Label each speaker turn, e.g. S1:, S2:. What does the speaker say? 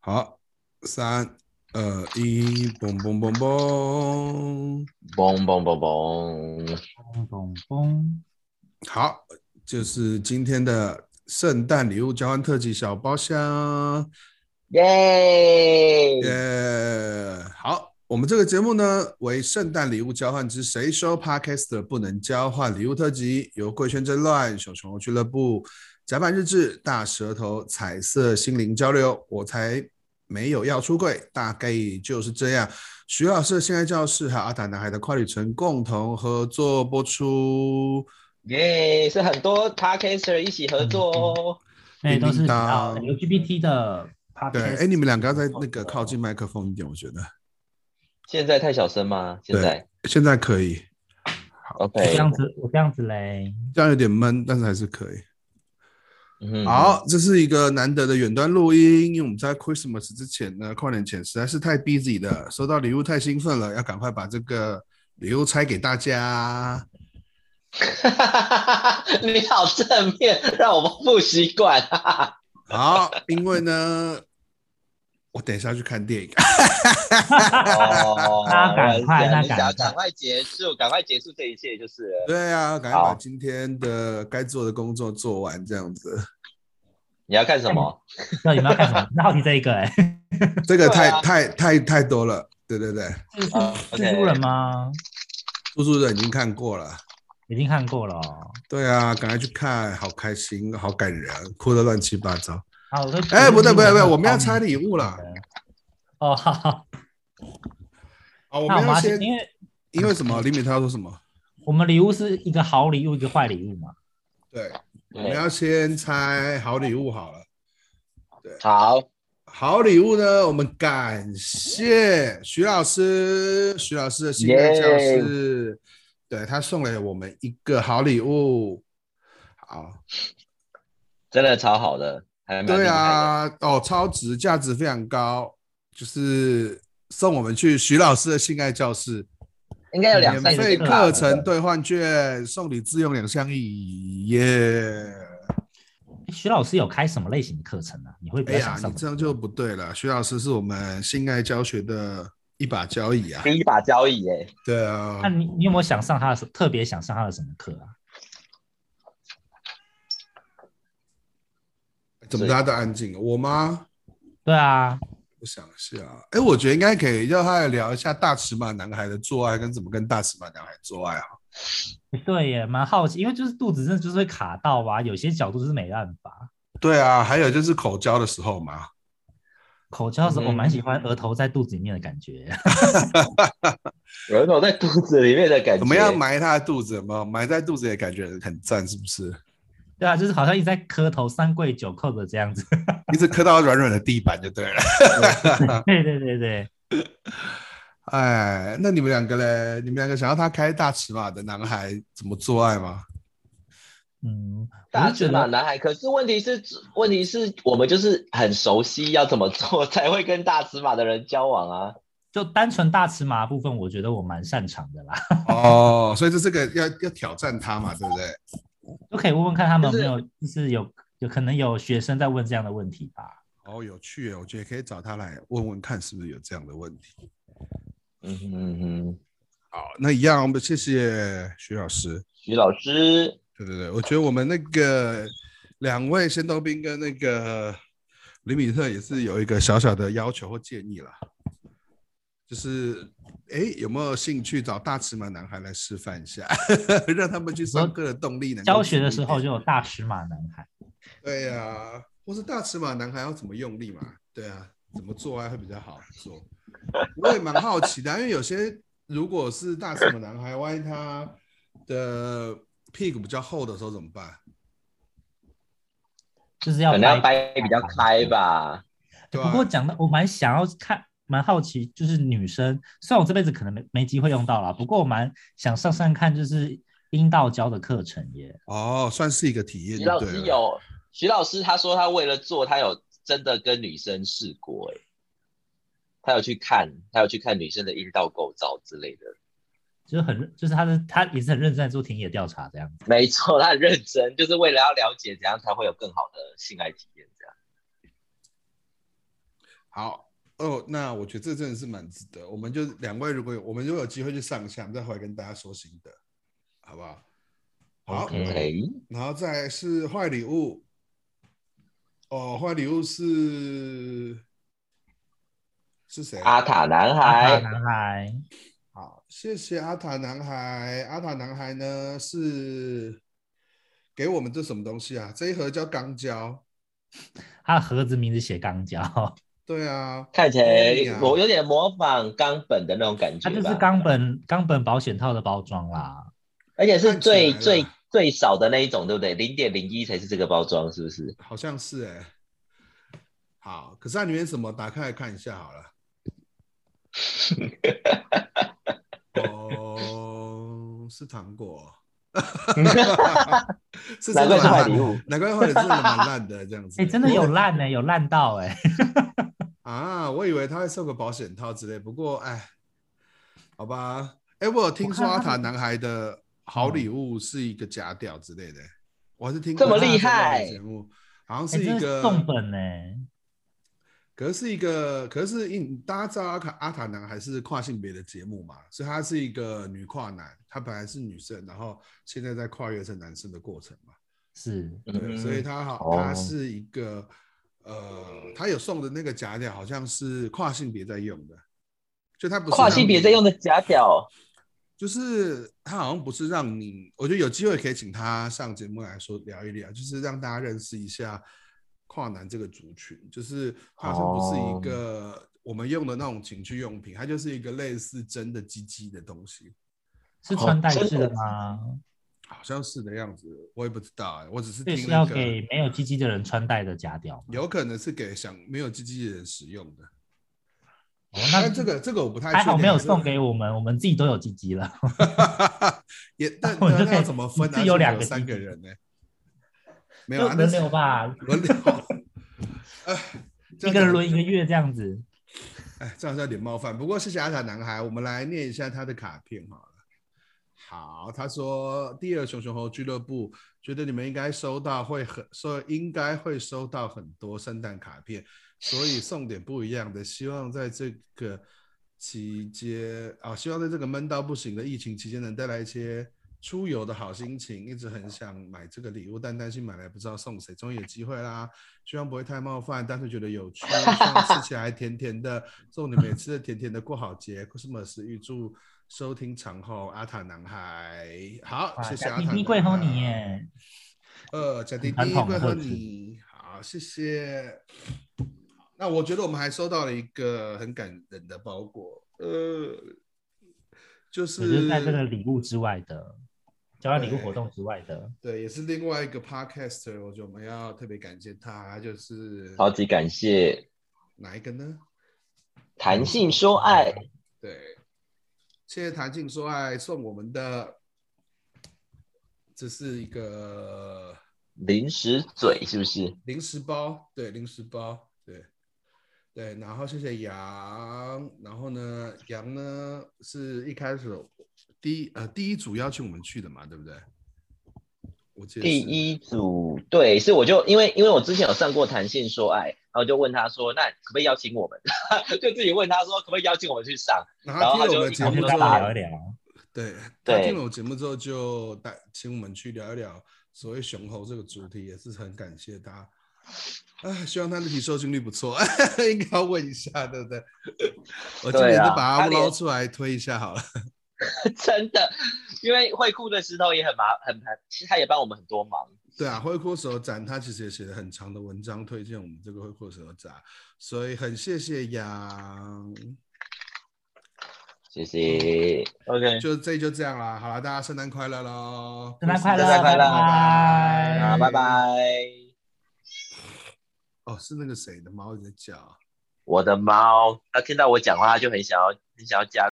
S1: 好，三二一，嘣嘣嘣嘣，
S2: 嘣嘣嘣嘣，
S3: 嘣嘣嘣，
S1: 好，就是今天的圣诞礼物交换特辑小包厢。
S2: 耶！
S1: 耶！好，我们这个节目呢为圣诞礼物交换之谁收 Podcast 不能交换礼物特辑，由贵圈争乱、小熊俱乐部、甲板日志、大舌头、彩色心灵交流。我才没有要出柜，大概就是这样。徐老师的性爱教室和阿达男孩的跨旅程共同合作播出。
S2: 耶！是很多 podcaster 一起合作 哦。
S3: 对，都是
S1: 叮
S3: 比较
S1: 当
S3: LGBT 的 podcast。
S1: 对，哎，你们两个要在那个靠近麦克风一点，我觉得
S2: 现在太小声吗？现在
S1: 现在可以，
S3: 我这
S2: OK。
S3: 样子，我这样子嘞。
S1: 这样有点闷，但是还是可以。
S2: 嗯
S1: 好，这是一个难得的远端录音，因为我们在 Christmas 之前呢，跨年前实在是太 busy 了，收到礼物太兴奋了，要赶快把这个礼物拆给大家。
S2: 你好正面，让我们不习惯。
S1: 好，因为呢， 我等一下要去看 电影。
S2: 哦
S3: 那赶快那
S2: 你想要
S3: 赶快
S2: 哦赶快结束，赶快结束这一切就是了。
S1: 对啊，赶快把
S2: 好
S1: 今天的该做的工作做完，这样 子。
S2: 你要看什么？
S3: 那你们要看什么？ 那好奇这一个哎、
S1: 这个
S2: 对
S1: 太
S2: 啊
S1: 太太太多了。对对对，
S3: 是
S2: 啊
S1: 哦
S3: 是
S2: ，OK
S3: 蜘蛛人吗？
S1: 叔叔的已经看过了。
S3: 已经看过了、哦。
S1: 对啊，赶快去看，好开心，好感人，哭得乱七八糟。
S3: 好，我说
S1: 哎不对
S3: 我说
S1: 不对不对
S3: 你
S1: 我们要拆礼物啦。
S3: 哦，好好，
S1: 好，我
S3: 那我
S1: 们
S3: 们
S1: 要
S3: 要
S1: 先
S3: 先，因为
S1: 因为什么？李敏他要说什么？
S3: 我们礼物是一个好礼物，一个坏礼物嘛。
S1: 对，嗯我们
S2: 对
S1: 要先猜好礼物好了。
S2: 好，
S1: 好礼物呢，我们感谢徐老师，徐老师的新爱教室，对他送了我们一个好礼物。好，
S2: 真的超好的，还蛮
S1: 对
S2: 厉害
S1: 啊，哦，超值，价值非常高，就是送我们去徐老师的性爱教室，
S2: 的，应该有两三
S1: 免
S2: 个
S1: 费
S2: 吧
S1: 课程兑换券，送礼自用两相宜，耶！
S3: 徐老师有开什么类型的课程啊？你会比
S1: 哎
S3: 较
S1: 呀
S3: 想，
S1: 你
S3: 上什
S1: 这
S3: 么？
S1: 样就不对了。徐老师是我们性爱教学的一把交椅啊。
S2: 第一把交椅耶。
S1: 对啊
S3: 那，你你有没有想上他的什特别想上他的什么课啊？
S1: 怎么大家都安静？啊我吗？
S3: 对啊，
S1: 我想一下，哎，我觉得应该可以让他聊一下大尺码男孩的做爱跟怎么跟大尺码男孩做爱啊。
S3: 对耶，蛮好奇，因为就是肚子真的就是会卡到啊，有些角度就是没办法。
S1: 对啊，还有就是口交的时候嘛，
S3: 口交的时候，我
S2: 嗯
S3: 蛮喜欢额头在肚子里面的感觉。
S2: 有一种在肚子里面的感觉。
S1: 怎么样埋他的肚子？有没有埋在肚子也感觉很赞，是不是？
S3: 对啊，就是好像一直在磕头，三跪九叩的这样子。
S1: 一直磕到软软的地板就对了。
S2: 啊
S3: 对对对对，
S1: 哎，那你们两个嘞？你们两个想要他开大尺码的男孩怎么做爱吗？
S3: 嗯，我
S2: 大
S3: 是觉
S2: 尺码
S3: 得
S2: 男孩，可是问题是，问题是我们就是很熟悉要怎么做 才会跟大尺码的人交往啊。
S3: 就单纯大尺码的部分，我觉得我蛮擅长的啦，
S1: 哦，嗯所以这是个要要挑战他嘛，对不对？
S3: 就可以问问看他们
S2: 就
S3: 有
S2: 是
S3: 没有，就是有有可能有学生在问这样的问题吧。
S1: 哦，有趣耶，我觉得可以找他来问问看，是不是有这样的问题。
S2: 嗯哼嗯哼，
S1: 好，那一样，我们谢谢徐老师。
S2: 徐老师，
S1: 对对对，我觉得我们那个两位仙豆兵跟那个李米特也是有一个小小的要求或建议啦，就是哎，有没有兴趣找大尺码男孩来示范一下， 让他们去上课的动力能够
S3: 教学的
S1: 足一
S3: 时候
S1: 点
S3: 就有大尺码男孩，
S1: 对呀、或是大尺码男孩要怎么用力嘛？对啊，怎么做爱会比较好做？我也蛮好奇的啊，因为有些如果是大尺码男孩，万一他的屁股比较厚的时候怎么办？
S3: 就是要
S2: 可能要
S3: 掰。
S2: 掰比较开吧。
S1: 对
S3: 不
S1: 吧、
S3: 过讲到我蛮想要看，蛮好奇，就是女生，虽然我这辈子可能没没机会用到啦，不过我蛮想上上看，就是阴道交的课程耶。
S1: 哦，算是一个体验
S2: 徐
S1: 就
S2: 老
S1: 对啊
S2: 师
S1: 了。
S2: 有，徐老师他说他为了做，他有真的跟女生试过、欸，他有去看，他有去看女生的阴道构造之类的。
S3: 就是很，就是他的他也是很认真在做田野调查这样子，
S2: 没错，他很认真，就是为了要了解怎样才会有更好的性爱体验。这样
S1: 好哦，那我觉得这真的是蛮值得。我们就两位，如果有我们如果有机会去上下，我们再回来跟大家说心得，好不好？好
S3: OK 嗯
S2: OK，
S1: 然后再来是坏礼物。哦，坏礼物是是谁啊？
S2: 阿塔男
S3: 大
S2: 孩，
S3: 男孩，
S1: 好，谢谢阿塔男孩。阿塔男孩呢是给我们这什么东西啊？这一盒叫钢胶。
S3: 他的盒子名字写钢胶，
S1: 对啊，
S2: 看起
S1: 哎
S2: 来
S1: 呀
S2: 我有点模仿冈本的那种感觉
S3: 它
S2: 吧，
S3: 就是冈本冈本保险套的包装啦。
S2: 而且是最
S1: 看起来啦
S2: 最最少的那一种，对不对？零点零一才是这个包装，是不是？
S1: 好像是哎、好，可是它里面什么？打开来看一下好了。哦， 是糖果，是
S2: 难
S1: 真的
S2: 怪是坏
S1: 蛮
S2: 礼
S1: 烂，
S2: 物。
S1: 难怪坏礼物真的蛮烂的这样子。
S3: 哎、真的有烂呢、有烂到哎、
S1: 啊！我以为他会送个保险套之类，不过哎，好吧。哎，我有听说阿塔男孩的好礼物是一个假屌之类的，我还是听
S2: 这么
S1: 过他
S2: 厉
S1: 的
S2: 害
S1: 节目，好像
S3: 哎
S1: 是一
S3: 这
S1: 个
S3: 送本呢、
S1: 可是一个，可是因大家知道阿卡阿塔男还是跨性别的节目嘛，所以他是一个女跨男，他本来是女生，然后现在在跨越成男生的过程嘛，
S3: 是
S1: 对，
S2: 嗯
S1: 啊所以他好，
S2: 哦
S1: 他是一个呃，他有送的那个假屌好像是跨性别在用的，就他不是
S2: 跨性别在用
S1: 的，
S2: 的假屌，
S1: 就是他好像不是让你，我觉得有机会可以请他上节目来说聊一聊，就是让大家认识一下跨男这个族群，就是它好像不是一
S3: 哦
S1: 个我们用的那种情趣用品，它就是一个类似真的鸡鸡的东西，
S3: 是穿戴式
S2: 真
S3: 的
S2: 的
S3: 吗？
S1: 好像是的样子，我也不知道、哎，我只是
S3: 这
S1: 听
S3: 是
S1: 那
S3: 要
S1: 个，
S3: 给没有鸡鸡的人穿戴的假屌吗。
S1: 有可能是给想没有鸡鸡的人使用的，
S3: 哦那
S1: 但这个这个我不太
S3: 还好
S1: 确定
S3: 没有
S1: 这个
S3: 送给我们，我们自己都有鸡鸡了。
S1: 也但
S3: 我们就
S1: 那要
S3: 可以
S1: 怎么分
S3: 一
S1: 啊？
S3: 次有
S1: 是
S3: 两
S1: 有
S3: 个
S1: 三
S3: 弟弟
S1: 个人呢、没有
S3: 就
S1: 啊，
S3: 轮流吧，
S1: 轮流，哎，这样
S3: 一个人
S1: 讲
S3: 轮一个月这样子。
S1: 哎，这样是有点冒犯。不过谢谢阿塔男孩，我们来念一下他的卡片好了。好，他说第二熊熊猴俱乐部觉得你们应该收到会很，说应该会收到很多圣诞卡片， 所以送点不一样的。希望在这个期间啊，希望在这个闷到不行的疫情期间，能带来一些出游的好心情。一直很想买这个礼物，但担心买来不知道送谁。终于有机会啦，希望不会太冒犯，但是觉得有趣， 希望吃起来甜甜的，祝你们也吃的甜甜的，过好节。Christmas 预祝收听长虹阿塔男孩，好，
S3: 哇
S1: 谢谢阿
S3: 小
S1: 塔
S3: 弟
S1: 男孩。
S3: 弟贵吼你耶！
S1: 呃，贾迪
S3: 传
S1: 迪
S3: 统
S1: 会
S3: 的
S1: 和
S3: 贺词
S1: 你好，谢谢。那我觉得我们还收到了一个很感人的包裹，呃，就
S3: 也就是是在这个礼物之外的，交换礼物
S1: 对
S3: 活动之外的，
S1: 对，也是另外一个 podcaster，我觉得我们要特别感谢他，就是
S2: 超级感谢
S1: 哪一个呢？
S2: 弹性说爱，
S1: 嗯对，谢谢谭静说爱送我们的，这是一个
S2: 零食嘴是不是？
S1: 零食包，对，零食包，对，对，然后谢谢杨，然后呢，杨呢是一开始第一呃第一组邀请我们去的嘛，对不对？我记得
S2: 第
S1: 是，
S2: 一组对，是我就因为因为我之前有上过弹性说爱，然后就问他说，那可不可以邀请我们？ 就自己问他说，可不可以邀请我们去上？
S1: 然后他听了我们的节
S3: 我
S2: 然
S1: 目
S3: 们
S2: 后
S1: 之
S3: 再
S2: 他
S1: 后
S2: 就，
S3: 聊一聊。
S1: 对，他
S2: 对
S1: 听了我节目之后就带请我们去聊一聊所谓熊猴这个主题，也是很感谢他。啊，希望他的体收听率不错， 应该要问一下，对不对？我今
S2: 对
S1: 年就
S2: 啊
S1: 把它
S2: 他连
S1: 捞出来推一下好了。
S2: 真的，因为会哭的石头也很麻很很，其实他也帮我们很多忙。
S1: 对啊，灰阔手展他其实也写了很长的文章推荐我们这个灰阔手展，所以很谢谢杨。
S2: 谢谢。OK，
S1: 就这就这样啦，好了，大家圣诞快乐喽！
S3: 圣诞快乐
S2: 圣诞快乐
S1: 拜拜
S2: 好，拜拜。
S1: 哦，是那个谁的猫一直在叫啊。
S2: 啊我的猫，它听到我讲话，它就很想要很想要加